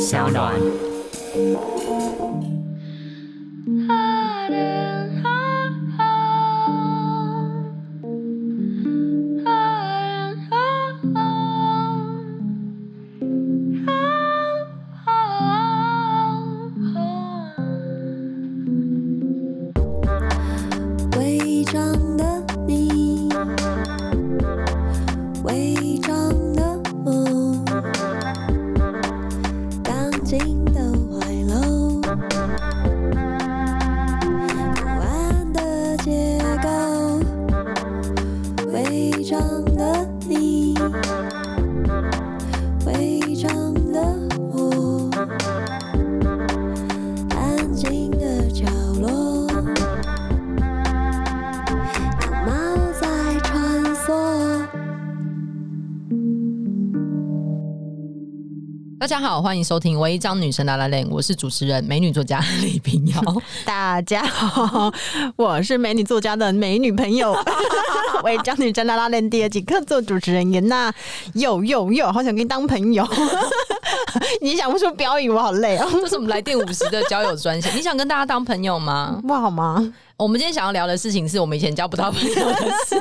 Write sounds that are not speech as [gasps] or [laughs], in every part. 小暖。伪装的你，伪装的我，钢筋的怀楼，不安的结构，伪装的你，伪装的我，安静的角落。猫在穿梭。大家好，欢迎收听《唯一张女神拉拉链》，我是主持人美女作家李平遥。大家好，我是美女作家的美女朋 [laughs] 友，我也张女真拉拉链第二季客座主持人严娜。有有有，好想跟你当朋 [laughs] 友。你想不出标语，我好累哦。这是我们来电五十的交友专线。你想跟大家当朋友吗？不好吗？我们今天想要聊的事情是我们以前交不到朋友的事。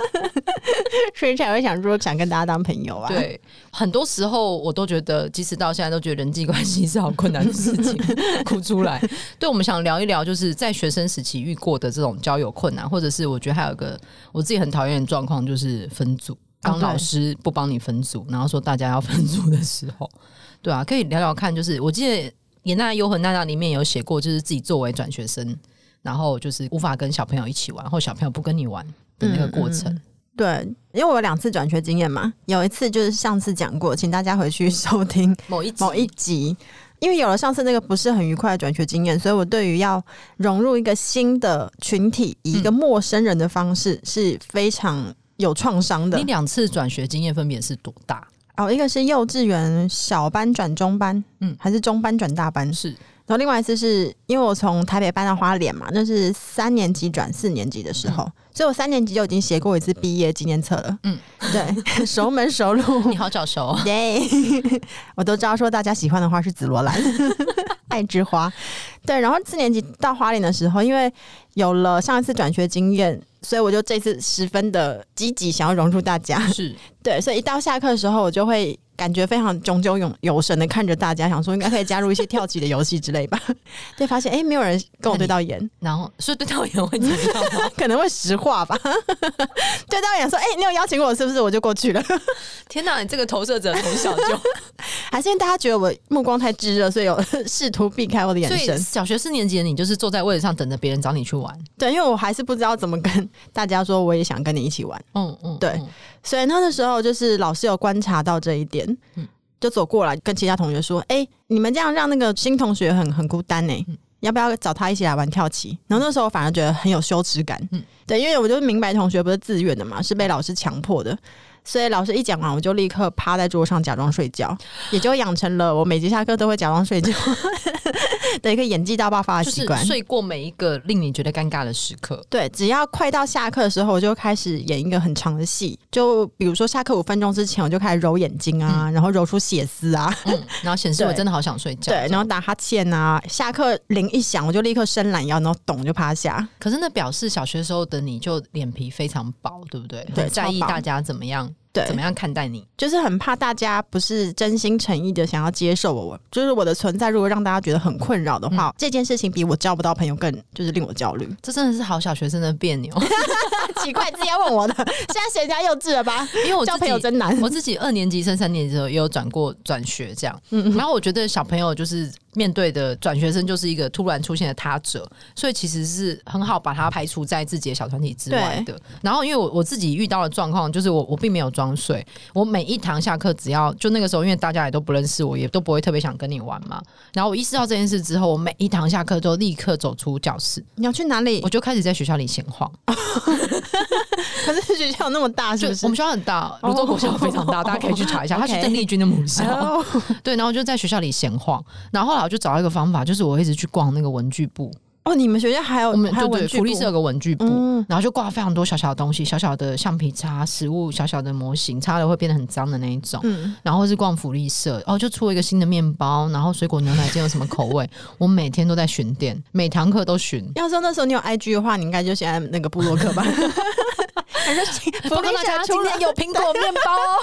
所以才会想说想跟大家当朋友啊。，对，很多时候我都觉得，即使到现在都觉得人际关系是好困难的事情， [laughs] 哭出来。对，我们想聊一聊，就是在学生时期遇过的这种交友困难，或者是我觉得还有一个我自己很讨厌的状况，就是分组。当哦对老师不帮你分组，然后说大家要分组的时候， [laughs] 对啊，可以聊聊看。就是我记得《严娜尤和娜娜》里面有写过，就是自己作为转学生，然后就是无法跟小朋友一起玩，或小朋友不跟你玩的那嗯个过程。对，因为我有两次转学经验嘛，有一次就是上次讲过，请大家回去收听某一集某一集。因为有了上次那个不是很愉快的转学经验，所以我对于要融入一个新的群体，以一嗯个陌生人的方式是非常有创伤的你。两次转学经验分别是多大？哦，一个是幼稚园小班转中班，嗯嗯，还是中班转大班。是然后另外一次是因为我从台北搬到花莲嘛，那是三年级转四年级的时候，所以我三年级就已经写过一次毕业纪念册了。嗯嗯，对， [laughs] 熟门熟路你。好早熟、哦，耶我都知道说大家喜欢的花是紫罗兰，爱之花。对，然后四年级到花莲的时候，因为有了上一次转学经验，所以我就这次十分的积极，想要融入大家。 [laughs] [laughs] 是对，所以一到下课的时候，我就会感觉非常炯炯有有神的看着大家，想说应该可以加入一些跳级的游戏之类吧。 [laughs] 对，发现哎、诶没有人跟我对到眼，然后所以对导演会怎么样吗？ [laughs] 可能会实话吧。 [laughs] 对到眼说，哎、你有邀请我是不是？我就过去了。天哪，你这个投射者从小 [laughs] 就，还是因为大家觉得我目光太炙热，所以有 [laughs] 试图避开我的所眼以神。小学四年级的你就是坐在位置上等着别人找你去玩。对，因为我还是不知道怎么跟大家说，我也想跟你一起玩。嗯嗯，对嗯所以那个时候就是老师有观察到这一点，嗯就走过来跟其他同学说：“哎、你们这样让那个新同学很很孤单呢、嗯要不要找他一起来玩跳棋？”然后那时候我反而觉得很有羞耻感，嗯对，因为我就明白同学不是自愿的嘛，是被老师强迫嗯的。所以老师一讲完，我就立刻趴在桌上假装睡觉，也就养成了我每节下课都会假装 [laughs] 睡觉的一个演技大爆发的就习是惯。睡过每一个令你觉得尴尬的时刻。对，只要快到下课的时候，我就开始演一个很长的戏。就比如说下课五分钟之前，我就开始揉眼睛啊，然后揉出血 [laughs] 丝啊，嗯，然后显示对我真的好想睡觉。对，然后打哈欠啊。下课铃一响，我就立刻伸懒腰，然后咚就趴下。可是那表示小学时候的你就脸皮非常薄，对不对？对很在意超薄大家怎么样，对怎么样看待你。就是很怕大家不是真心诚意的想要接受我，就是我的存在如果让大家觉得很困扰的嗯话，这件事情比我交不到朋友更就是令我焦 [laughs] 虑。这真的是好小学生的别扭，奇怪，自己要问我的，现在谁家幼稚了 [laughs] 吧？因为我自交己朋友真难。我自己二年级升三年级的时候也有转过转学这样，嗯然后我觉得小朋友就是面对的转学生就是一个突然出现的他者，所以其实是很好把他排除在自己的小团体之外的。然后因为我我自己遇到的状况就是我我并没有装睡，我每一堂下课只要就那个时候因为大家也都不认识我，也都不会特别想跟你玩嘛。然后我意识到这件事之后，我每一堂下课都立刻走出教室，你要去哪里我？就开始在学校里闲晃。可是学校那么大，是就不是哦我？们学校很大，泸州国小非常大，大家可以去查 [laughs] 一下，它是 OK 邓丽君的母校。 [laughs] 哦对，然后我就在学校里闲晃，然后后来我就找到一个方法，就是我一直去逛那个文具部。哦，你们学校还有我们还有对文对，具福利部社有个文具部，嗯然后就挂了非常多小小的东西，小小的橡皮擦、食物、小小的模型，擦了会变得很脏的那一种。嗯然后是逛福利社，哦，就出了一个新的面包，然后水果牛奶今天有什么口 [laughs] 味？我每天都在巡店，每堂课都巡。要说那时候你有 IG 的话，你应该就写在那个部落克 [laughs] 吧。还是请福我利跟大家社今出天了，有苹果面 [laughs] 包哦，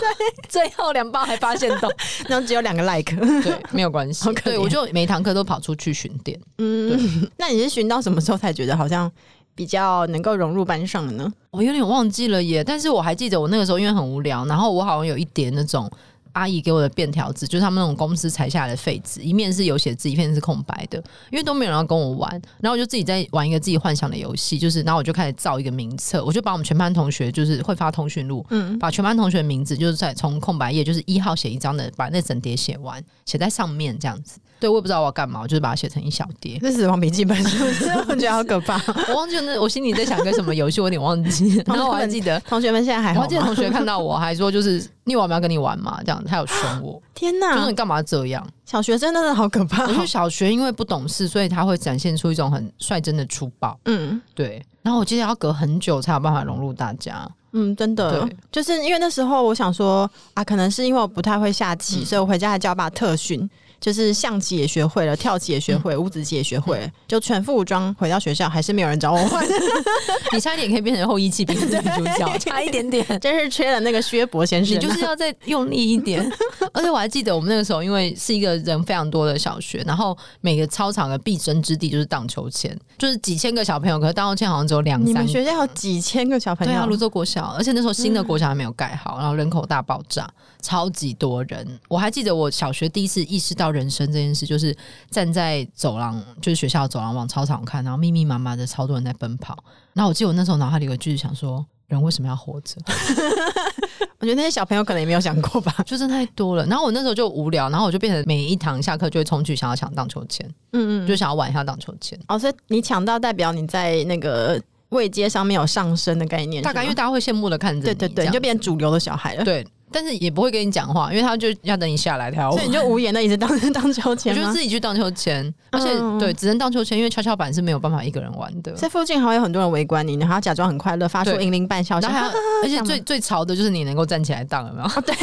最后两包还发现到，然后只有两个 [laughs] like。 [laughs] 对，没有关系好。可对怜我就每堂课都跑出去巡店，嗯，那你是寻到什么时候才觉得好像比较能够融入班上了呢？我有点忘记了耶，但是我还记得我那个时候因为很无聊，然后我好像有一点那种阿姨给我的便条纸，就是他们那种公司裁下来的废纸，一面是有写字，一面是空白的，因为都没有人要跟我玩，然后我就自己在玩一个自己幻想的游戏，就是然后我就开始造一个名册，我就把我们全班同学就是会发通讯录，嗯把全班同学的名字就是在从空白页就是一号写一张的，把那整叠写完，写在上面这样子。对，我也不知道我要干嘛，我就是把它写成一小叠。这是死亡笔记本是不是？我觉得好可怕。 [laughs] 我忘记了那我心里在想个什么游戏，我有点忘 [laughs] 记了。然后我还记得同学们现在还我好还记得吗？同学看到我还说，就是你晚上要跟你玩嘛，这样他有凶我，天就哪是你，干嘛这样？小学生真的嗯好可怕我。觉得小学因为不懂事，所以他会展现出一种很率真的粗暴，嗯对。然后我记得要隔很久才有办法融入大家，嗯，真的对，就是因为那时候我想说啊，可能是因为我不太会下棋，所以我回家还教爸特训。就是象棋也学会了，跳棋也学会，五子棋也学会了，就全副武装回到学校，还是没有人找我 [laughs] 玩，你差一点可以变成后羿弃兵的女主角，差一点点。真是缺了那个薛伯先生 [laughs] 你啊。就是要再用力一点，而且我还记得我们那个时候，因为是一个人非常多的小学，然后每个操场的必争之地就是荡秋千，就是几千个小朋友，可是荡秋千好像只有两你三们个。学校有几千个小朋对友嗯啊，泸州国小，而且那时候新的国小还没有盖好，然后人口大爆炸，超级多人。我还记得我小学第一次意识到人生这件事，就是站在走廊，就是学校走廊往操场看，然后密密麻麻的超多人在奔跑。然后我记得我那时候脑海里有一句想说。人为什么要活着？ [laughs] 我觉得那些小朋友可能也没有想过吧。就真的太多了。然后我那时候就无聊，然后我就变成每一堂下课就会冲去想要抢荡秋千， [laughs] 嗯嗯，就想要玩一下荡秋千。哦，所以你抢到代表你在那个位阶上面有上升的概念，大概因是为吗大家会羡慕的看着你这嗯对样，对对，你就变主流的小孩了。对，但是也不会跟你讲话，因为他就要等你下来，他要所以你就无言的一直当 [laughs] 当秋我千就吗自？己去荡秋千，而且、嗯对，只能荡秋千，因为跷跷板是没有办法一个人玩的。在附近还会有很多人围观你，你还要假装很快乐，发出对银铃半笑然声后。还有， [laughs] 而 [laughs] 且这样吗哦最最潮的就是你能够站起来荡，有没有？ [laughs] 对，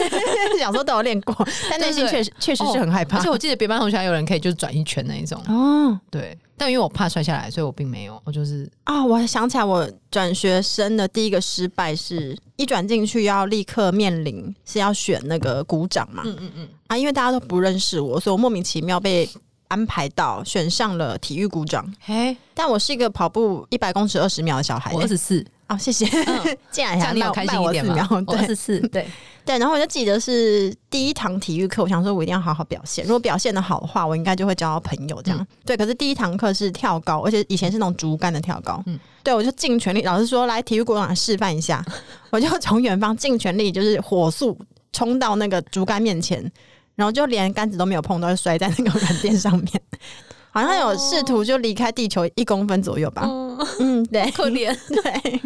小时候都有练过，但内心对确实确实是很害怕。而且我记得别班同学还有人可以就是转一圈那一种，哦对。但因为我怕摔下来，所以我并没有，我就是啊、我想起来，我转学生的第一个失败是一转进去要立刻面临是要选那个鼓掌嘛。嗯嗯嗯，啊，因为大家都不认识我，所以我莫名其妙被安排到选上了体育股长。嘿，但我是一个跑步一百公尺二十秒的小嗯孩、我二十四，哦，谢谢，嗯 [laughs] 竟然这还样你要有慢开慢心一哎我点4吗秒？我二对十四，对，对，然后我就记得是第一堂体育课，我想说我一定要好好表现，如果表现的好的话，我应该就会交到朋友这嗯样。对，可是第一堂课是跳高，而且以前是那种竹竿的跳高，嗯对我就尽全力。老师说来体育股长示范 [laughs] 一下，我就从远方尽全力，就是火速冲到那个竹竿面前，然后就连杆子都没有碰到，就摔在那个软垫上面。 [laughs] 好像有试图就离开地球一公分左右吧，嗯，对哦可怜。 [laughs] [laughs] 对，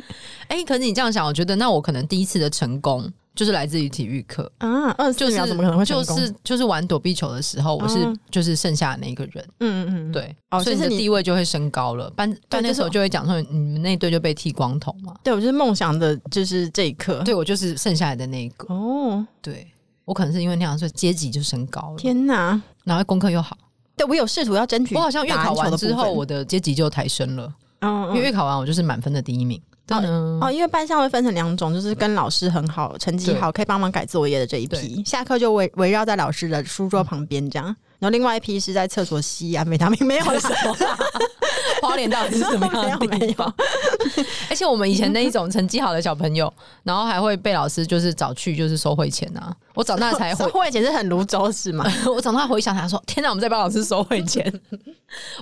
哎、可是你这样想，我觉得那我可能第一次的成功就是来自于体育课，啊，二十就四是秒怎么可能会成就功？是就是玩躲避球的时候，我是、嗯就是剩下的那一个人，嗯嗯嗯，对，哦所以就你的是你地位就会升高了。班班就那是时候就会讲说，你们那一队就被剃光头嘛。对，我就是梦想的，就是这一刻。对我就是剩下来的那一个，嗯哦，对我可能是因为那样，所以阶级就升高了，天哪！然后功课又好。对我有试图要争取，我好像月考完之后，我我的阶级就抬升了，嗯因为嗯月考完我就是满分的第一名。当然， [laughs] 哦，因为班上会分成两种，就是跟老师很好、成嗯绩对好可以帮忙改作业的这一批，下课就围围绕在老师的书桌旁边这样。然后另外一批是在厕所吸安非他命，没有 [laughs] 啦，花莲到底是怎么样的没有没地有方？ [laughs] 而且我们以前那一种成绩好的小朋友，然后还会被老师就是找去就是收汇钱啊。我长大 [laughs] 才回会，慧姐是很泸州是吗？ [laughs] 我长大回想他说：“天哪，我们在帮老师收汇钱。” [laughs]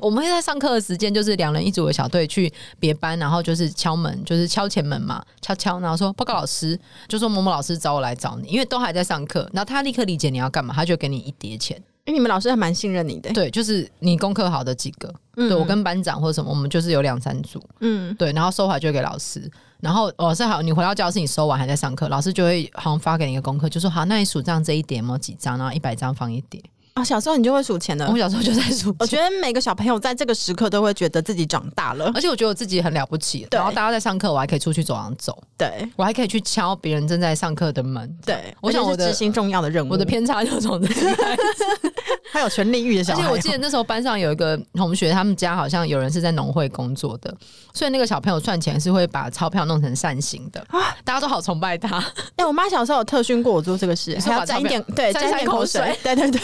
我们会在上课的时间，就是两人一组的小队去别班，然后就是敲门，就是敲前门嘛，敲敲，然后说报告老师，就说某某老师找我来找你，因为都还在上课，然后他立刻理解你要干嘛，他就给你一叠钱。因为你们老师还蛮信任你的，对，就是你功课好的几个，嗯对我跟班长或者什么，我们就是有两三组，嗯，对，然后收回来就给老师。然后老师好，你回到教室，你收完还在上课，老师就会好像发给你一个功课，就说好，那你数账这一叠有没有几张，然后一百张放一叠。啊，小时候你就会数钱了我。小时候就在数我钱，觉得每个小朋友在这个时刻都会觉得自己长大了。而且我觉得我自己很了不起。对然后大家在上课，我还可以出去走廊走，对我还可以去敲别人正在上课的门。对，我想而且我是的执行重要的任务，我的偏差就从这里开始。 [laughs] 他有权利欲的小而孩且哦。我记得那时候班上有一个同学，他们家好像有人是在农会工作的，所以那个小朋友赚钱是会把钞票弄成扇形的，啊大家都好崇拜他。哎、我妈小时候有特训过我做这个事，说还要把沾钞一点票对沾沾一一点下口口水水，对对对，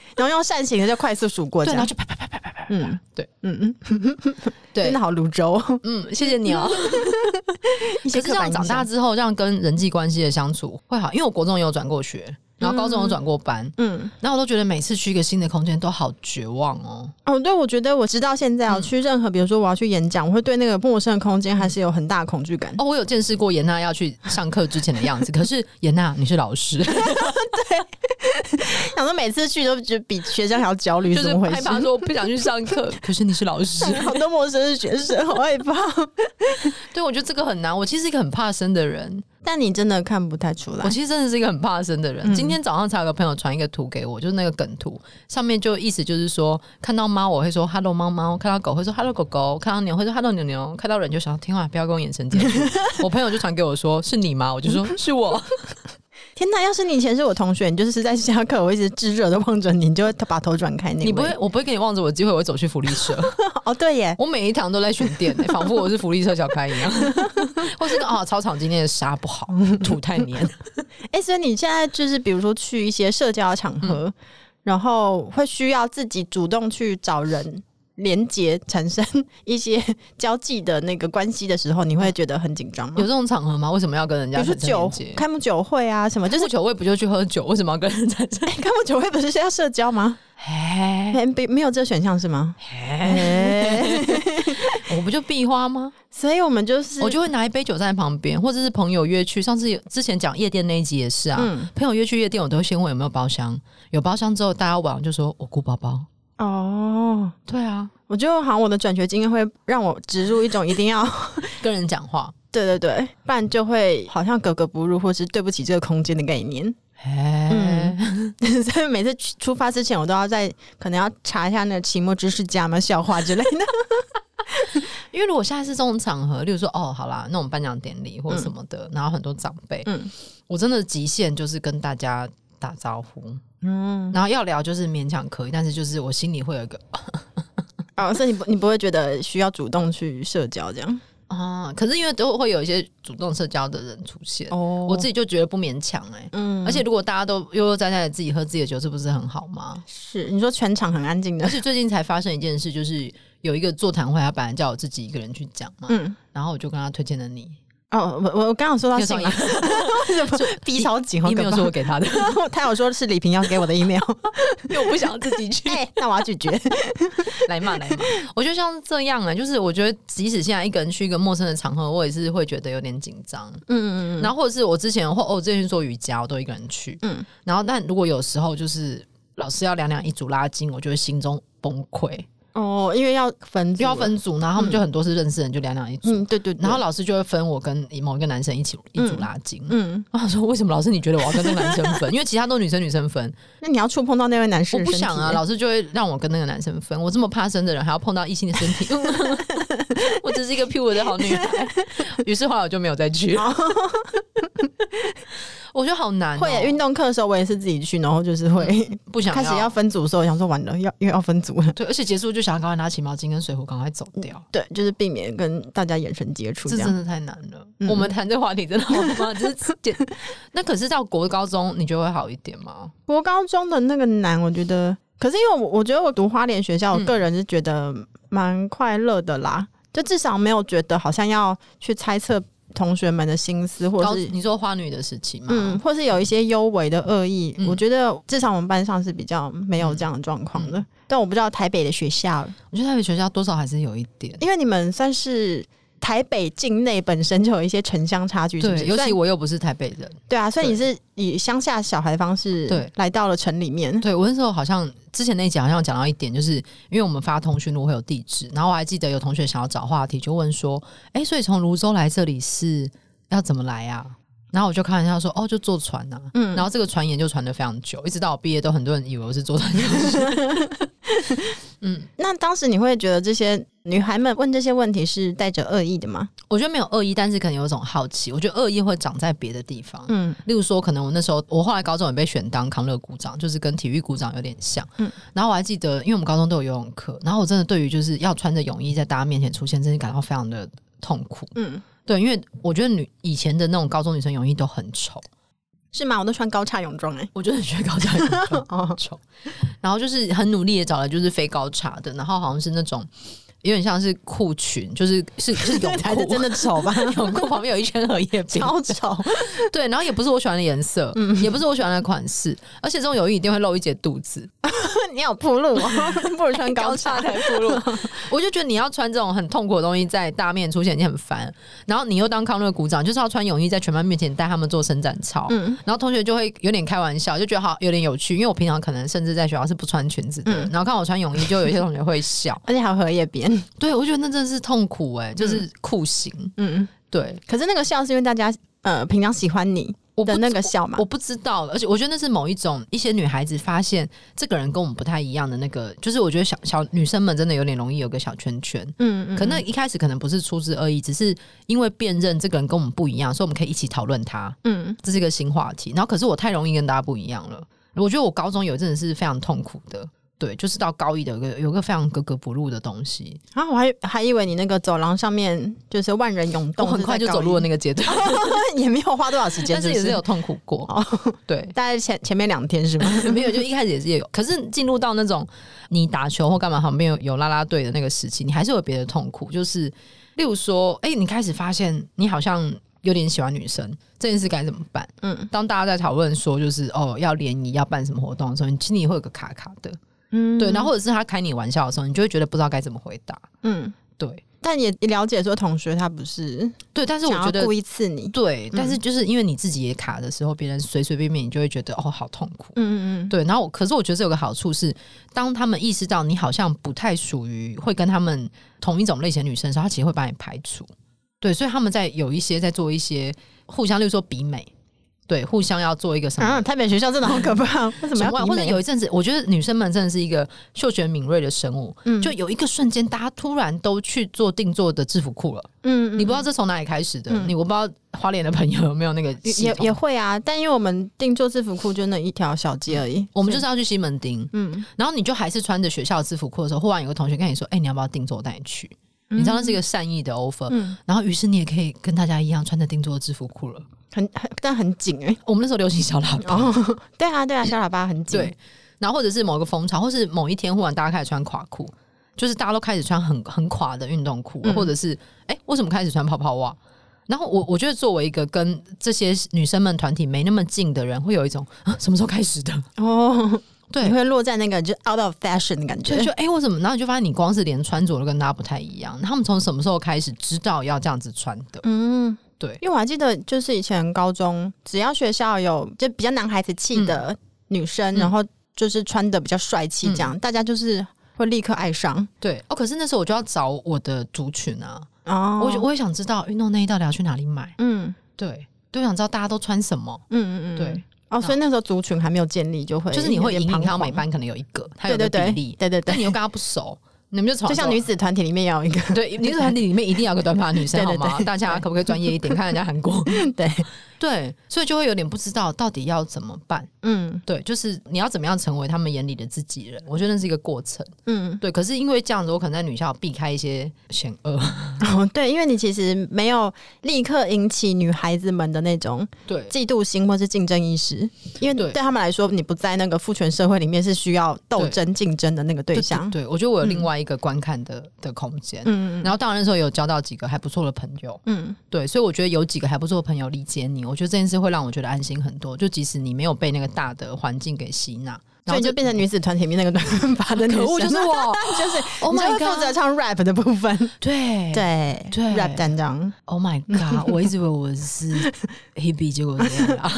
[laughs] 然后用扇形的就快速数过这对，然后样。就啪啪啪啪啪啪啪，嗯，对，嗯嗯，真对的，好泸州，嗯，谢谢你 [laughs] 哦。可一些是这刻样板长印大象。之后，让跟人际关系的相处会好，因为我国中也有转过学，然后高中有转过班，嗯，然后我都觉得每次去一个新的空间都好绝望哦。哦，对，我觉得我直到现在哦，去任何比如说我要去演讲，我会对那个陌生的空间还是有很大的恐惧感。哦，我有见识过严娜要去上课之前的样子，可是严娜你是老师，想说每次去都觉得比学生还要焦虑，就怎是么回害事？怕 [laughs] 说我不想去上课，可是你是老师，好多陌生的学生，好害怕。 [laughs] 对，我觉得这个很难。我其实是一个很怕生的人，但你真的看不太出来我，其实真的是一个很怕生的人。嗯今天早上才有个朋友传一个图给我，就是那个梗图，上面就意思就是说，看到猫我会说 “hello 猫猫”，看到狗会说 “hello 狗狗”，看到牛会说 “hello 牛牛”，看到人就想天啊，不要跟我眼神接触。我朋友就传给我说：“是你吗？”我就说：“是 [laughs] 我。天哪！要是你以前是我同学，你就是在下课，我一直炙热的望着你，你就会把头转开那”你不位会，我不会给你望着我的机会，我会走去福利社。哦，对耶，我每一堂都在选店、欸，仿佛我是福利社小开一样， [laughs] 或是啊、操场今天的沙不好，土太 [laughs] 黏。哎、所以你现在就是比如说去一些社交的场合，然后会需要自己主动去找人连接，产生 [laughs] 一些交际的那个关系的时候，你会觉得很紧张吗有？这种场合吗？为什么要跟人比家如说产生酒连接？开幕酒会啊什么，就就哎是是酒味不就去喝酒，为什么要跟人产生？开幕酒会不是要社交吗？ [laughs] 哎没没没有这个选项是吗？我不就壁花吗？所以我们就是我就会拿一杯酒站在旁边，或者是朋友约去。上次有之前讲夜店那一集也是啊，嗯朋友约去夜店，我都会先问有没有包厢，有包厢之后，大家晚上就说我顾包包。哦。对啊，我觉得好像我的转学经验会让我植入一种一定要 [laughs] 跟人讲话。对对对，不然就会好像格格不入，或是对不起这个空间的概念。哎、嗯 [laughs] 所以每次去出发之前，我都要在可能要查一下那个期末知识家嘛、笑话之类的。因为如果现在是这种场合，例如说哦，好啦，那种颁奖典礼或者什么的，然后很多长辈，嗯我真的极限就是跟大家打招呼， [laughs] 嗯，然后要聊就是勉强可以，但是就是我心里会有一个哦，所以你不你不会觉得需要主动去社交这样？啊，可是因为都会有一些主动社交的人出现，哦我自己就觉得不勉强哎、嗯，而且如果大家都悠悠哉哉的自己喝自己的酒，这不是很好吗？是你说全场很安静的而，且最近才发生一件事，就是有一个座谈会，他本来叫我自己一个人去讲嘛，嗯，然后我就跟他推荐了你，哦，我我我刚刚有说到你有信上啊， [laughs] 逼超紧，好你没可有说我怕。给他的， [laughs] 他有说是李平要给我的 email， [laughs] [laughs] 因为我不想自己去。哎、那我要拒绝。来嘛来嘛， [laughs] 我觉得像这样啊、就是我觉得即使现在一个人去一个陌生的场合，我也是会觉得有点紧张。嗯嗯嗯，然后或者是我之前或哦，我之前去做瑜伽，我都一个人去，嗯嗯，然后但如果有时候就是老师要两两一组拉筋，我就会心中崩溃， [laughs] 哦，因为要分又组要了，分组，然后他们就很多是认识的人，就两两一组，嗯，对对对，然后老师就会分我跟某一个男生一起一组拉筋。嗯，然后我说为什么老师你觉得我要跟那个男生 [laughs] 分？因为其他都女生女生分，那你要触碰到那位男士我的不身体想啊。耶老师就会让我跟那个男生分。我这么怕生的人，还要碰到异性的身 [laughs] 体，我只是一个 pure 的好女孩。于是后来我就没有再去了。 [laughs] 我觉得好难、哦，哦会耶运动课的时候，我也是自己去，然后就是会不嗯想开始要分组的时候，我想说完了，要又要分组了。对，而且结束就想要赶快拿起毛巾跟水壶赶快走掉，对，就是避免跟大家眼神接触这真这样。嗯的太难了。我们谈这个话题真的好 [laughs] 吗？就是简，那可是到国高中你就会好一点吗？国高中的那个难，我觉得，可是因为我我觉得我读花莲学校，我嗯个人是觉得蛮快乐的啦，就至少没有觉得好像要去猜测同学们的心思，或高是你说花女的时期吗？嗯，或是有一些幽微的恶意。嗯我觉得至少我们班上是比较没有这样的状况的。嗯但我不知道台北的学校，我觉得台北学校多少还是有一点。因为你们算是台北境内本身就有一些城乡差距，是不对，是？尤虽然其我又不是台北人，对啊，所以对你是以乡下小孩的方式对来到了城里面，对我那时候好像之前那一集好像讲到一点，就是因为我们发通讯录会有地址，然后我还记得有同学想要找话题，就问说：“哎、所以从泸州来这里是要怎么来啊？”然后我就开玩笑说，哦，就坐船呐、嗯，然后这个传言就传的非常久，一直到我毕业都很多人以为我是坐船教师。那当时你会觉得这些女孩们问这些问题是带着恶意的吗？ [laughs] 我觉得没有恶意，但是可能有一种好奇。我觉得恶意会长在别的地方，嗯嗯，例如说，可能我那时候我后来高中也被选当康乐股长，就是跟体育股长有点像，嗯。然后我还记得，因为我们高中都有游泳课，然后我真的对于就是要穿着泳衣在大家面前出现，真的感到非常的痛苦，嗯嗯，对，因为我觉得女以前的那种高中女生泳衣都很丑，是吗？我都穿高叉泳装哎、我觉得学高叉有点很 [laughs] 丑， [laughs] 然后就是很努力的找了就是非高叉的，然后好像是那种有点像是裤裙，就是是是 [laughs] 泳还裤，是真的丑吧？ [laughs] 泳裤旁边有一圈荷叶边，超丑，对，然后也不是我喜欢的颜色，嗯也不是我喜欢的款式，而且这种泳衣一定会露一截肚子，你好铺路、 [laughs] 哦，不如穿高叉。才铺路，我就觉得你要穿这种很痛苦的东西在大面出现，你很烦，然后你又当康乐鼓掌，就是要穿泳衣在全班面前带他们做伸展操，嗯然后同学就会有点开玩笑，就觉得好有点有趣，因为我平常可能甚至在学校是不穿裙子的，嗯。然后看我穿泳衣，就有一些同学会笑 [laughs] 而且还有荷叶边，对，我觉得那真的是痛苦哎、就是酷刑。嗯，对，可是那个笑是因为大家呃平常喜欢你我不的那知个笑嘛我，不知道，而且我觉得那是某一种一些女孩子发现这个人跟我们不太一样的那个，就是我觉得小小女生们真的有点容易有个小圈圈。嗯可那一开始可能不是出自恶意，只是因为辨认这个人跟我们不一样，所以我们可以一起讨论他。嗯这是一个新话题。然后可是我太容易跟大家不一样了，我觉得我高中有一阵子是非常痛苦的。对，就是到高一的有个有个非常格格不入的东西，然后我还还以为你那个走廊上面就是万人涌我动，很快就走入了那那个阶 [laughs] 段，个，也没有花多少时间，但是也不是有痛苦过。哦对，大概前前面两 [laughs] 天是吗？没有，就一开始也是有，可是进入到那种你打球或干嘛旁边有有啦啦队的那个时期，你还是有别的痛苦，就是例如说，哎、你开始发现你好像有点喜欢女生这件事该怎么办？嗯当大家在讨论说就是哦要联谊要办什么活动的时候，你心里会有个卡卡的，嗯，对，然后或者是他开你玩笑的时候，你就会觉得不知道该怎么回答，嗯，对但也了解说同学他不是对，但是我想觉要得故意嗯刺你，对，但是就是因为你自己也卡的时候，别人随随便便你就会觉得哦好痛苦，嗯嗯嗯，对，然后我可是我觉得这有个好处是，当他们意识到你好像不太属于会跟他们同一种类型的女生的时候，他其实会把你排除。对，所以他们在有一些在做一些互相，例如说比美，对，互相要做一个什么。啊，台北学校真的好可怕， [laughs] 为什么什要嗯么比或者美有一阵子，我觉得女生们真的是一个嗅觉敏锐的生物，嗯就有一个瞬间，大家突然都去做定做的制服裤了。嗯嗯你不知道这从哪里开始的，嗯你我不知道花莲的朋友有没有那个也系也统也会啊，但因为我们定做制服裤就那一条小街而已，我们就是是要去西门町，嗯，然后你就还是穿着学校的制服裤的时候，忽然有个同学跟你说：“哎、你要不要定做我带你去？”你知道那是一个善意的 offer，、嗯然后于是你也可以跟大家一样穿着定做的制服裤了。很很但很紧哎、我们那时候流行小喇叭，哦，对啊对啊，小喇叭很紧，对，， [laughs] 然后或者是某个风潮，或是某一天忽然大家开始穿垮裤，就是大家都开始穿很很垮的运动裤，嗯或者是哎、为什么开始穿泡泡袜？然后我我觉得作为一个跟这些女生们团体没那么近的人，会有一种、啊、什么时候开始的？哦，对你，会落在那个就 out of fashion 的感就觉，就哎、诶我怎么？然后你就发现你光是连穿着都跟大家不太一样。他们从什么时候开始知道要这样子穿的？嗯。对因为我还记得，就是以前高中，只要学校有就比较男孩子气的女生，嗯然后就是穿的比较帅气，这样、大家就是会立刻爱上。对哦，可是那时候我就要找我的族群啊，哦我就我也想知道运动内衣到底要去哪里买。嗯对，就想知道大家都穿什么。嗯嗯嗯，对，哦，所以那时候族群还没有建立，就会就是你会有隐点隐彷看到徨每班可能有一个，它对有对个比对例，对对但对，你又跟他不熟，你们就吵。就像女子团体里面也有一个，对女子团体里面一定要有个短发女生，对好对吗？对大家可不可以专业一点？看人家韩国，对， [laughs] 对，所以就会有点不知道到底要怎么办。嗯对，就是你要怎么样成为他们眼里的自己人？我觉得那是一个过程。 [laughs] 嗯，对，可是因为这样子，我可能在女校避开一些险恶。哦对，因为你其实没有立刻引起女孩子们的那种对嫉妒心或是竞争意识，因为对对他们来说，你不在那个父权社会里面是需要斗对争竞争的那个对象。对，我觉得我有另外一个观看的、的空间。嗯然后当然那时候有交到几个还不错的朋友，嗯对，所以我觉得有几个还不错的朋友理解你，我觉得这件事会让我觉得安心很多。就即使你没有被那个大的环境给吸纳，然嗯所后以就变成女子团体里面那个短发的女可生，恶就是我 [laughs] 就是，Oh 你就 my 会 god，负责唱 rap 的部分，对对对，rap 担当。 ，Oh my god，我一直以为我是 [laughs] Hebe，结果是啊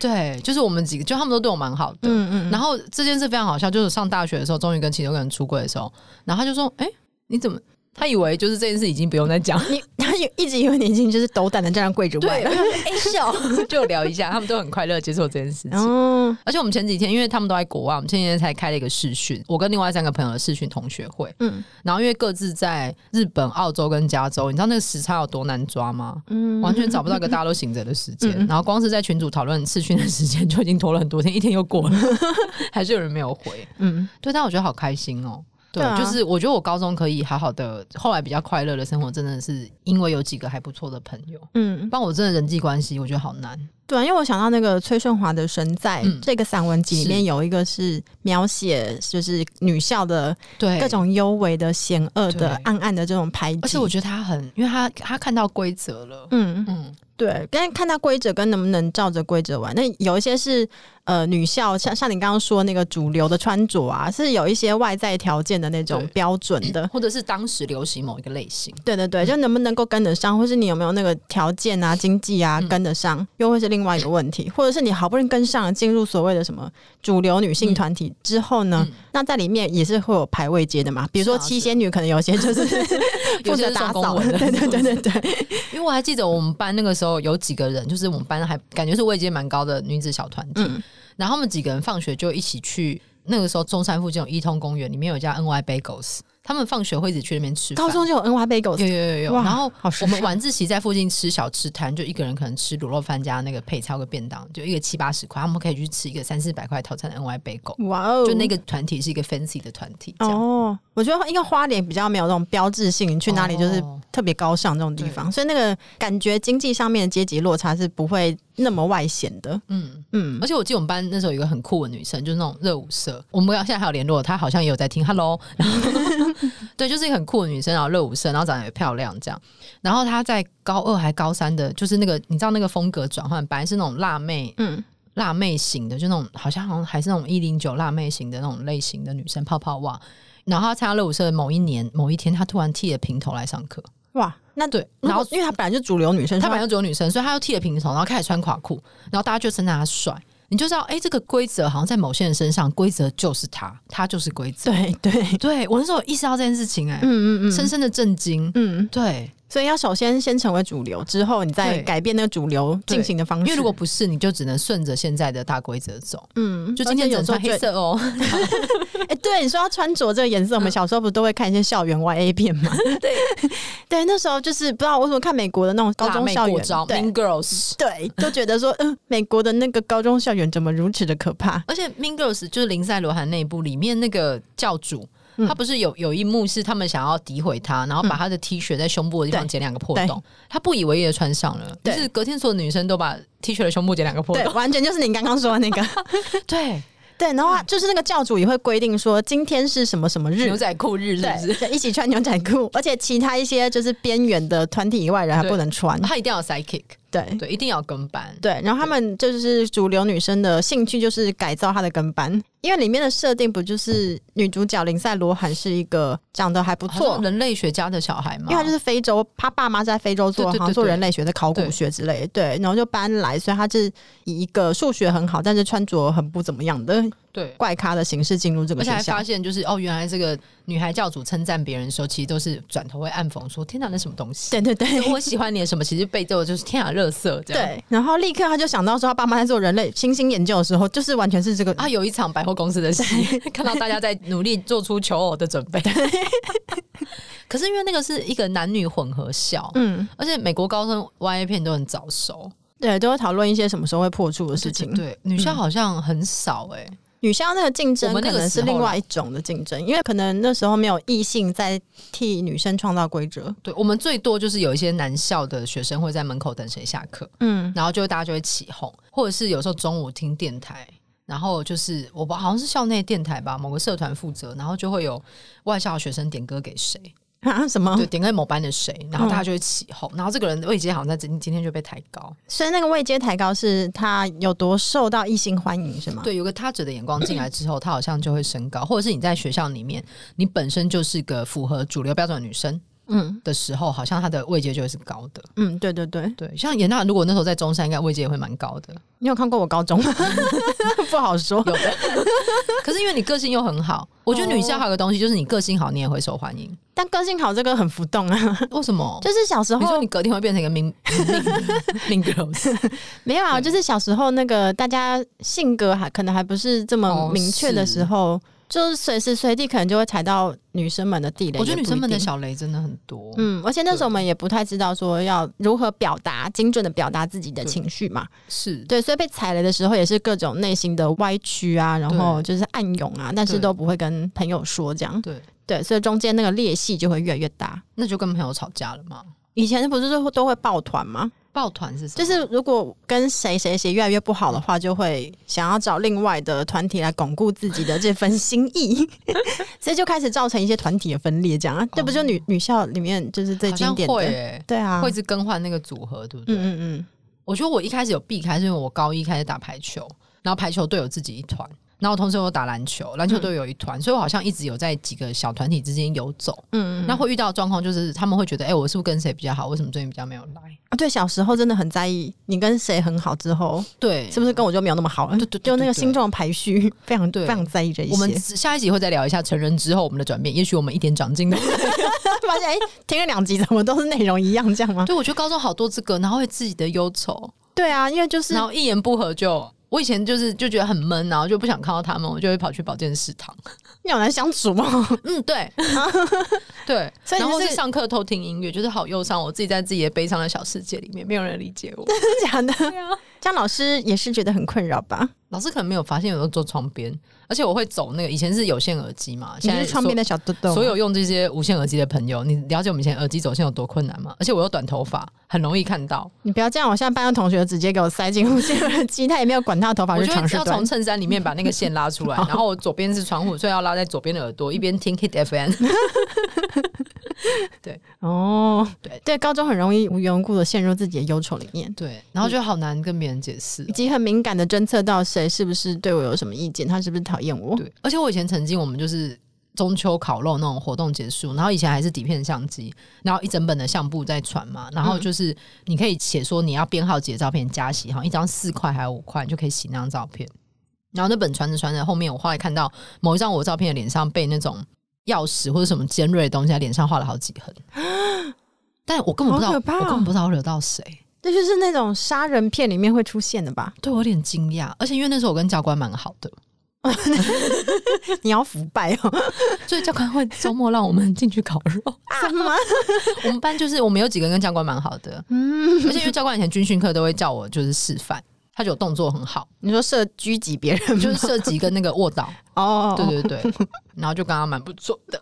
对，就是我们几个，就他们都对我蛮好的，嗯嗯，然后这件事非常好笑，就是上大学的时候，终于跟其中一个人出柜的时候，然后他就说：“哎、你怎么？”他以为就是这件事已经不用再讲，你 [laughs] 他有一直以为你已经就是斗胆的站在柜子外对，了。哎笑 [laughs] 就聊一下，他们都很快乐接受这件事情。 [laughs] 哦，而且我们前几天，因为他们都在国外，我们前几天才开了一个视讯，我跟另外三个朋友的视讯同学会，嗯然后因为各自在日本、澳洲跟加州，你知道那个时差有多难抓吗？嗯，完全找不到一个大家都醒着的时间， [laughs] 嗯然后光是在群组讨论视讯的时间就已经拖了很多天，一天又过了， [laughs] 还是有人没有回。嗯，对，但我觉得好开心哦。对，对啊就是我觉得我高中可以好好的，后来比较快乐的生活，真的是因为有几个还不错的朋友。嗯，不然我真的人际关系，我觉得好难。对啊，因为我想到那个崔顺华的《神在》嗯这个散文集里面有一个是描写就是女校的对，各种幽微的、险恶对的、暗暗的这种排挤。而且我觉得他很，因为他他看到规则了。嗯，嗯，对，但是看他规则跟能不能照着规则玩。那有一些是呃女校，像像你刚刚说那个主流的穿着啊，是有一些外在条件的那种对标准的。或者是当时流行某一个类型。对对对，就能不能够跟得上，或是你有没有那个条件嗯啊、经济啊跟得上，又会是另外一个问题。或者是你好不容易跟上了，进入所谓的什么主流女性团体之后呢，嗯那在里面也是会有排位阶的嘛。比如说是啊七是仙女，可能有些就是 [laughs] 负有些责是打送公扫，文对的啊对对对对，因为我还记得我们班那个时候有几个人，就是我们班还感觉是位阶蛮高的女子小团体，嗯然后他们几个人放学就一起去那个时候中山附近有一通公园，里面有一家 NY Bagels，他们放学会一起去那边吃饭。高中就有 NY Bagel 有有有有有，哇然后好时我们尚晚自习在附近吃小吃摊，就一个人可能吃卤肉饭加那个配超个便当，就一个七八十块，他们可以去吃一个三四百块套餐的 NY Bagel，哇哦，就那个团体是一个 fancy 的团体，这样、哦，我觉得因为花莲比较没有那种标志性，你去哪里就是哦特别高尚这种地方，所以那个感觉经济上面的阶级落差是不会那么外显的。嗯。嗯而，且我记得我们班那时候有一个很酷的女生，就是那种热舞社，我们现在还有联络，她好像也有在听，Hello，然 [laughs] 后对，就是一个很酷的女生，然后热舞社，然后长得也漂亮这样，然后她在高二还高三的，就是那个你知道那个风格转换，本来是那种辣妹嗯，辣妹型的，就那种好像好像还是那种一零九辣妹型的那种类型的女生泡泡袜，然后她参加热舞社的某一年某一天，她突然剃了平头来上课，哇，那对，然然后后因为她本来就主流女生，她她本本来来就只有女生，所以她又剃了平头，然后开始穿垮裤，然后大家就称赞她帅。你就知道，哎、这个规则好像在某些人身上，规则就是他，他就是规则。对对，对我那时候有意识到这件事情、哎、嗯嗯嗯深深的震惊。 [laughs] 嗯，对，所以要首先先成为主流，之后你再对改变那个主流进行的方式。因为如果不是，你就只能顺着现在的大规则走。嗯，就今天而且只有能时候穿黑最色哦，哎、对你说要穿着这个颜色，我们小时候不都会看一些校园 YA 片吗？嗯 [laughs] 对对，那时候就是不知道为什么看美国的那种高中校园，招 Mean 对 Girls。对，就觉得说，嗯、美国的那个高中校园怎么如此的可怕？而且《Mean Girls》就是林赛罗韩那一部里面那个教主，嗯他不是有有一幕是他们想要诋毁他，然后把他的 T 恤在胸部的地方对剪两个破洞，他不以为意的穿上了，就对是隔天所有女生都把 T 恤的胸部剪两个破对，洞，完全就是你刚刚说的那个。 [laughs] 对，对，然后啊就是那个教主也会规定说，今天是什么什么日牛。仔裤日是不对，是？就一起穿牛仔裤，而且其他一些就是边缘的团体以外人还不能穿。他一定要 sidekick，对啊对，一定要跟班，对，然后他们就是主流女生的兴趣就是改造她的跟班，因为里面的设定不就是女主角林赛罗韩是一个长得还不好像错，人类学家的小孩嘛，因为他就是非洲，他爸妈是在非洲做，对对好像做对对人类学的考古学之类的，对，然后就搬来，所以他是以一个数学很好，但是穿着很不怎么样的对。怪咖的形式进入这个而且学还校发。现，就是哦，原来这个女孩教主称赞别人的时候，其实都是转头会暗讽说：“天哪，那什么东西？”对对对 [laughs] 我喜欢你的什么？其实背后就是天哪，乐色这样。对，然后立刻他就想到说，他爸妈在做人类新兴研究的时候，就是完全是这个啊，有一场百货公司的戏， [laughs] 看到大家在努力做出求偶的准 [laughs] 备。可是因为那个是一个男女混合校，嗯，而且美国高中 Y A 片都很早熟，对，都会讨论一些什么时候会破处的事情。对对女嗯校好像很少哎、女校那个竞争我可们那个能时是候另啦外一种的竞争，因为可能那时候没有异性在替女生创造规则。对我们最多就是有一些男校的学生会在门口等谁下课，嗯，然后就会大家就会起哄，或者是有时候中午听电台。然后就是我不好像是校内电台吧，某个社团负责，然后就会有外校学生点歌给谁，啊什么对，？点歌给某班的谁，然后大家就会起哄，然后这个人的位阶好像在今今天就被抬高，所以那个位阶抬高是他有多受到异性欢迎是吗？对，有个他者的眼光进来之后，他好像就会升高，或者是你在学校里面，你本身就是个符合主流标准的女生，嗯的时候，好像他的位阶就会是高的。嗯，对对对，对，像严娜如果那时候在中山，应该位阶也会蛮高 [laughs] 的。你有看过我高 [laughs] 中吗？不好说。有的，可是因为你个性又很好，我觉得女校还有个东西就是你个性好，你也会受欢迎。但个性好这个很浮动 [laughs] 啊，为什么？就是小时你候说你隔天会变成一个 mean [laughs] mean mean girls，没有啊，就是小时候那个大家性格还可能还不是这么哦明确的时候，就是随时随地可能就会踩到女生们的地雷。我觉得也女不生们的一定。小雷真的很多。嗯，而且那时候我们也不太知道说要如何表达精准的表达自己的情绪嘛，是对，所以被踩雷的时候也是各种内心的歪曲啊，然后就是暗涌啊，但是对都不会跟朋友说这样，对，对，所以中间那个裂隙就会越来越大。那就跟朋友吵架了嘛。以前不是都都会抱团吗？抱团是什么？就是如果跟谁谁谁越来越不好的话，就会想要找另外的团体来巩固自己的这份心意， [laughs] 所以就开始造成一些团体的分裂，这样啊，这不就女女校里面就是最哦好经像典会的，欸对啊，会一嗯直更换那个组合，对不对？嗯我觉得我一开始有避开，是因为我高一开始打排球，然后排球队有自己一团，然后同时我打篮球，篮球队有一团，所以我好像一直有在几个小团体之间游走。嗯嗯嗯，那会遇到的状况就是他们会觉得，哎、我是不是跟谁比较好？为什么最近比较没有来？啊，对，小时候真的很在意你跟谁很好之后，对， [laughs] 啊是不是跟我就没有那么好了？对对对就那个对对心中的排序非常对非常在意这一些。我们只下一集会再聊一下成人之后我们的转变，也许我们一点长进都 [laughs] 没有。 [laughs] 发现哎，听了两集怎么都是内容一样，这样吗？ [laughs] 对，我觉得高中好多这个，然后会自己的忧愁，对啊，因为就是然后一言不合就。我以前就是就觉得很闷，然后就不想看到他们，我就会跑去保健室 [laughs] 堂。你好难相处嘛。 [laughs] 嗯，对， [laughs] 对，所以你然后是是上课偷听音乐，就是好忧伤，我自己在自己的悲伤的小世界里面，没有人理解 [laughs] 我。真的假的？啊江老师也是觉得很困扰吧？老师可能没有发现，我都坐窗边，而且我会走那个以前是有线耳机嘛，你现在是窗边的小豆豆吗，所有用这些无线耳机的朋友，你了解我们以前耳机走线有多困难吗？而且我又短头发，很容易看到。你不要这样。我现在班上同学直接给我塞进无线耳机，他也没有管他的头发我是就啊长会是要短从。衬衫里面把那个线拉 [laughs] 出来，然后我左边是窗户，所以要拉在左边的耳朵，一边听 Hit FM。哦，对对，高中很容易无缘无故的陷入自己的忧愁里面，对，然后就好难跟别人解释哦以。及很敏感的侦测到谁是不是对我有什么意见，他是不是讨厌我。对，而且我以前曾经我们就是。中秋烤肉那种活动结束，然后以前还是底片相机，然后一整本的相簿在传嘛，然嗯后就是你可以写说你要编号几的照片加洗，好像一张四块还有五块，你就可以洗那张照片。然后那本传着传着，后面我后来看到某一张我照片的脸上被那种钥匙或者什么尖锐的东西在脸上画了好几痕， [gasps] 但我根本不知道，我好可怕哦根本不知道我惹到谁，这就是那种杀人片里面会出现的吧？对我有点惊讶。而且因为那时候我跟教官蛮好的，你要腐败哦？所以教官会周末让我们进去烤肉。什么？ [laughs] 我们班就是我们有几个人跟教官蛮好的，嗯，而且因为教官以前军训课都会叫我就是示范，他就有动作很 [laughs] 好， [laughs] 你说设狙击别人吗就是射击跟那个卧倒，哦，对对对，然后就跟他蛮不错的。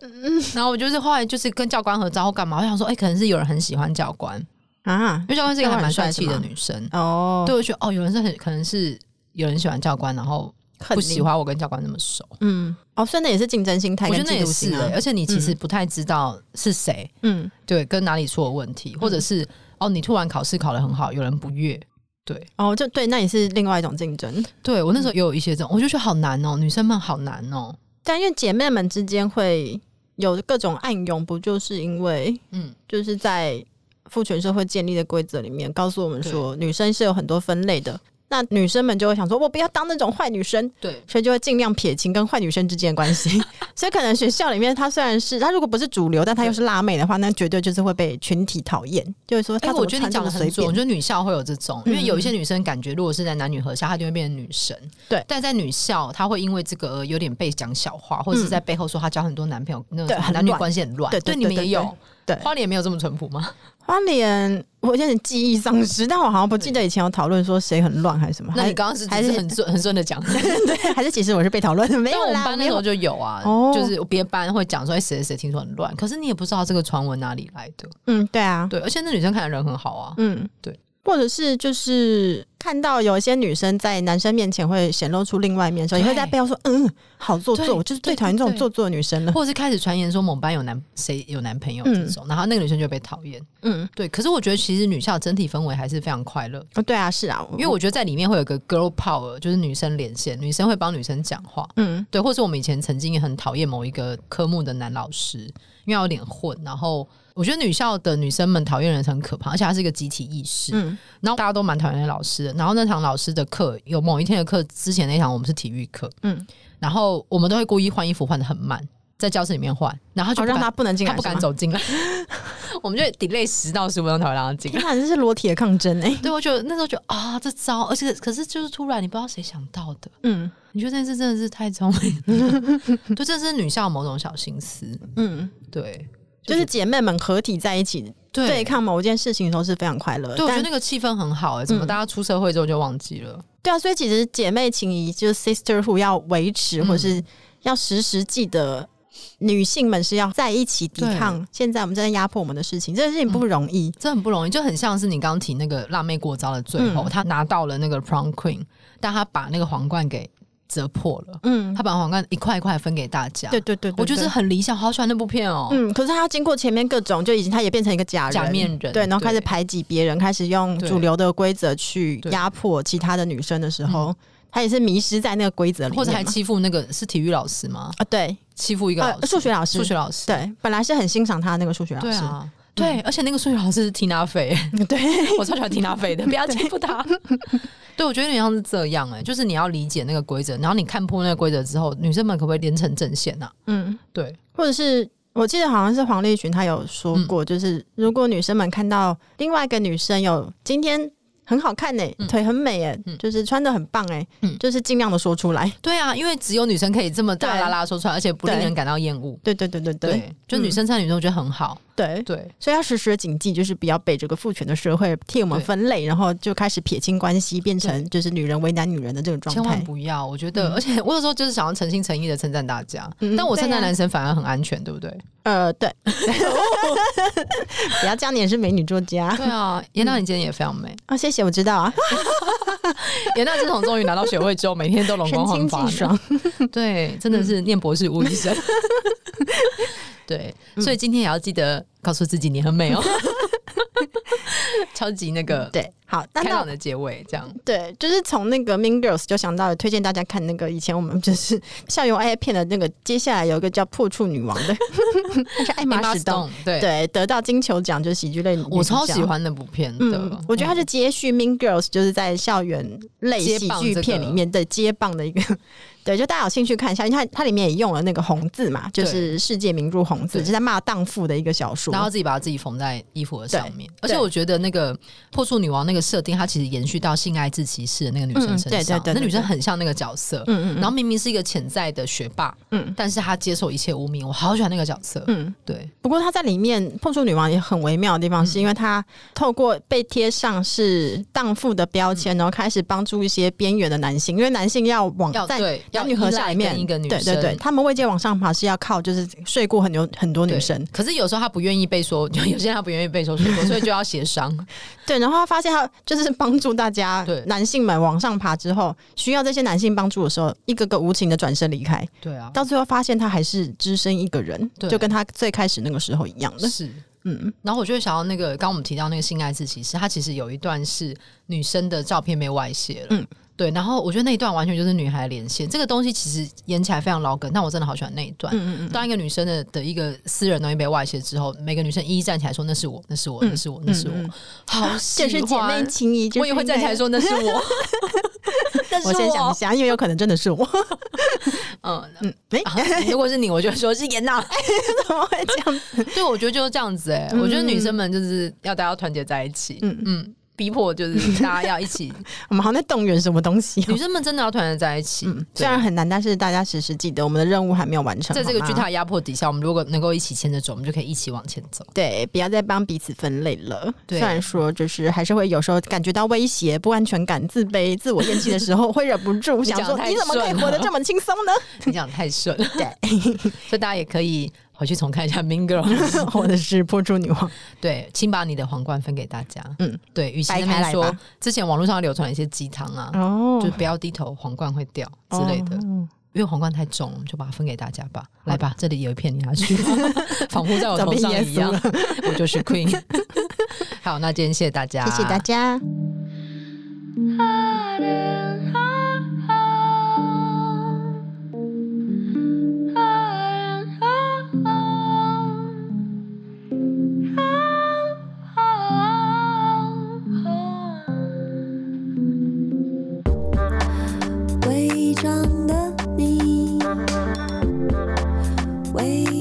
然后我就是后来就是跟教官合照或干嘛，我想说，哎、可能是有人很喜欢教官，因啊，为教官是一个还蛮教官帅很帅气的是吗女生，哦，对，我觉得哦，有人是很可能是有人喜欢教官，然后很不喜，欢我跟教官那么熟，嗯，哦，所以那也是竞争心态我跟觉得那嫉也妒是、心欸，啊，而且你其实不太知道是谁，嗯，对，跟哪里出了问题，或者是、哦，你突然考试考得很好，有人不悦，对。哦，就对，那也是另外一种竞争。对我那时候也有一些这嗯种，我就觉得好难哦、女生们好难哦、但因为姐妹们之间会有各种暗涌，不就是因为嗯，就是在父权社会建立的规则里面告诉我们说，女生是有很多分类的。那女生们就会想说，我不要当那种坏女生，对所以就会尽量撇清跟坏女生之间的关 [laughs] 系。所以可能学校里面，她虽然是她如果不是主流，但她又是辣妹的话，那绝对就是会被群体讨厌，就会说哎、她怎我么觉得穿你这讲么的随很准，便我觉。得女校会有这种，因为嗯有一些女生感觉如果是在男女合校，她就会变成女神。对但在女校，她会因为这个而呃有点被讲小话，或者是在背后说她交很多男朋友，那对种很男女乱关系很乱。对对对，对你们对也有。对花莲没有这么淳朴吗？花莲，我有点记忆丧失，但我好像不记得以前有讨论说谁很乱还是什么。那还你刚刚是还还是是很顺很顺的 [laughs] 讲，对，还是其实我是被 [laughs] 讨论的，没但有我们啦，班那没时候有。就有啊，哦就是别班会讲说哎谁谁谁听说很乱，可是你也不知道这个传闻哪里来的。嗯，对啊，对，而且那女生看起来人很好啊，嗯，对，或者是就是看到有一些女生在男生面前会显露出另外一面的时候，也会在对背后说：“嗯，好做对作。”我就是对最讨厌这种对做作的女生了。或者是开始传言说某班有男谁有男朋友这种，然后那个女生就被讨厌。嗯，对，可是我觉得其实女校整体氛围还是非常快乐，哦，对啊，是啊，因为我觉得在里面会有一个 girl power，就是女生连线，女生会帮女生讲话。嗯对，或是我们以前曾经也很讨厌某一个科目的男老师，因为他有点混。然后我觉得女校的女生们讨厌人是很可怕，而且它是一个集体意识。嗯然后大家都蛮讨厌老师的。然后那堂老师的课有某一天的课之前那一堂我们是体育课，嗯，然后我们都会故意换衣服换的很慢，在教室里面换，然后他就哦，不让敢她不能进来，他不敢是吗。 [laughs] 走进来， [laughs] 我们就 delay 十到十五分钟才会让他进来天。哪，啊这是裸体的抗争哎、对，我觉得那时候就啊、这招，而且可是就是突然你不知道谁想到的，嗯你觉得这件事真的是太聪明了， [laughs] 对，这是女校某种小心思，嗯，对，就是姐妹们合体在一起对对抗某件事情的时候是非常快乐的。对，我觉但嗯得那个气氛很好哎、怎么大家出社会之后就忘记了？对啊，所以其实姐妹情谊就是 sisterhood 要维持，嗯或是要时时记得女性们是要在一起抵抗现在我们正在压迫我们的事情，这件事情嗯不容易。这很不容易，就很像是你刚刚提那个辣妹过招的最后，嗯她拿到了那个 prom queen，但她把那个皇冠给折破了，嗯，她把皇冠一块一块分给大家。对对对对，我觉得对这很理想，好喜欢那部片哦。嗯，可是他经过前面各种，就已经他也变成一个假人，假面人对，然后对开始排挤别人，开始用对主流的规则去对嗯压迫其他的女生的时候，他也是迷失在那个规则里面嘛，或者还欺负那个是体育老师吗？啊，对，欺负一个呃老，师，数学老师，数学老师，对，本来是嗯很欣赏他的那个数学老对师，啊，对，而且那个数学老师是缇娜菲， [laughs] 对， [laughs] 我超喜欢缇娜菲的，不要欺负她。 [laughs] 对，我觉得有点像是这样哎、就是你要理解那个规则，然后你看破那个规则之后，女生们可不可以连成阵线啊？嗯。对，或者是我记得好像是黄立群他有说嗯过，就是如果女生们看到另外一个女生有今天很好看呢、嗯腿很美哎、嗯就是穿的很棒哎、嗯就是尽量的说出来。 [laughs] 对啊，因为只有女生可以这么大对啦啦说出来，而且不令对人感到厌恶。对对对对对对，就女生唱女生，我觉得很好。对，对，所以要时时地谨记，就是不要被这个父权的社会替我们对分类，然后就开始撇清关系，变对成就是女人为难女人的这个状千万态。不要。我觉得，而且我有时候就是想要诚心诚意的称赞大家，嗯但我称对赞啊男生反而很安全，对不对？[laughs] 呃，对， [laughs] 不要这样，你也是美女作家对啊， [laughs] 严娜你今天也非常美。啊！谢谢，我知道 [laughs] 啊，严娜自从终于拿到学位之后，每天都容神光焕 [laughs] 清发呢。气爽。对，真的嗯是念博士无医 [laughs] 生。对，嗯所以今天也要记得告诉自己你很美 [laughs] 哦。超级那个嗯对，好，那开那朗的结尾，这样对，就是从那个 Mean Girls 就想到了推荐大家看那个以前我们就是 [laughs] 校园爱片的那个，接下来有一个叫《破处女王》 [laughs] 的，她是艾玛 Emma 哎史东， Stone，对，对，得到金球奖就是喜剧类女我超主角喜。欢那部片的嗯，，我觉得它是接续《Mean Girls》，就是在校园类接喜棒剧这片个里面的接棒的一个， [laughs] 对，就大家有兴趣看一下，因为它它里面也用了那个红字嘛，就对是世界名著红字，对就在骂荡妇的一个小说，然后自己把自己缝在衣服的上面。而对且我觉得那个破处女王那个设定，它其实延续到性爱自习室的那个女生嗯身对对上，对对那女生对很像那个角色。嗯嗯然后明明是一个潜在的学霸，嗯但是她接受一切污名，我好喜欢那个角色。嗯，对，不过她在里面碰触女王也很微妙的地嗯方，是因为她透过被贴上是荡妇的标签，然后开始帮助一些边缘的男性，因为男性要往要在对要男女合依校赖里面跟一个女对对生对，他们位阶往上爬是要靠就是睡过很多很多对女生，可是有时候她不愿意被说， [laughs] 就有些人她不愿意被说说 [laughs] 过，所以就要协商。对，然后她发现她就是帮助大家对男性们往上爬之后，需要这些男性帮助的时候，一个个无情的转身离开，对啊，到最后发现她还是只身一个人，对就跟她最开始那个时候一样的，是。嗯然后我就会想到那个，刚刚我们提到那个性爱自习室，它其实有一段是女生的照片被外泄了。嗯对，然后我觉得那一段完全就是女孩连线，这个东西其实演起来非常老梗，但我真的好喜欢那一段。嗯嗯嗯，当一个女生的的一个私人东西被外泄之后，每个女生一一站起来说：“那是我，那是我，那是我，那是我。嗯嗯好喜就欢，是姐妹情谊，就是我也会站起应该来说：“那是 [laughs] 我，那是我先想 [laughs] 一我。下，因为有可能真的 [laughs] 是我。嗯，嗯，哎、啊 [laughs] 如果是你，我就会说是严娜。怎么会这样？哎对，我觉得就是这样子哎、嗯我觉得女生们就是要大家团结在一起，嗯嗯嗯，逼迫就是大家要一 [laughs] 起，我们好像在动员什么 [laughs] 东西、女生们真的要团结在一起。嗯，对 [laughs] 虽然很难，但是大家时时记得我们的任务还没有完成。在这个好吗巨大的压迫底下，我们如果能够一起牵着走，我们就可以一起往前 [laughs] 走。对，不要再帮彼此分类了。对虽然说就是还是会有时候感觉到威胁、不安全感、自卑、 [laughs] 自我厌弃的时候，会忍不住你想讲说：太你怎么可以顺了活得这么轻松呢？ [laughs] 你讲得太顺了，对，所以大家也可以回去重看一下《Mean [laughs] Girl》。 [laughs] 或者是破处女王，对，请把你的皇冠分给大家。嗯嗯，对，与其掰那开边来说吧，之前网络上流传一些鸡汤啊，哦 [laughs] 就不要低头，皇冠会掉之类的。哦因为皇冠太重，我们就把它分给大家吧。来吧，这里有一片你拿 [laughs] 去，仿佛在我头上一样早。我就是 Queen。好，那今天谢谢大家，谢谢大家。伪装的你，伪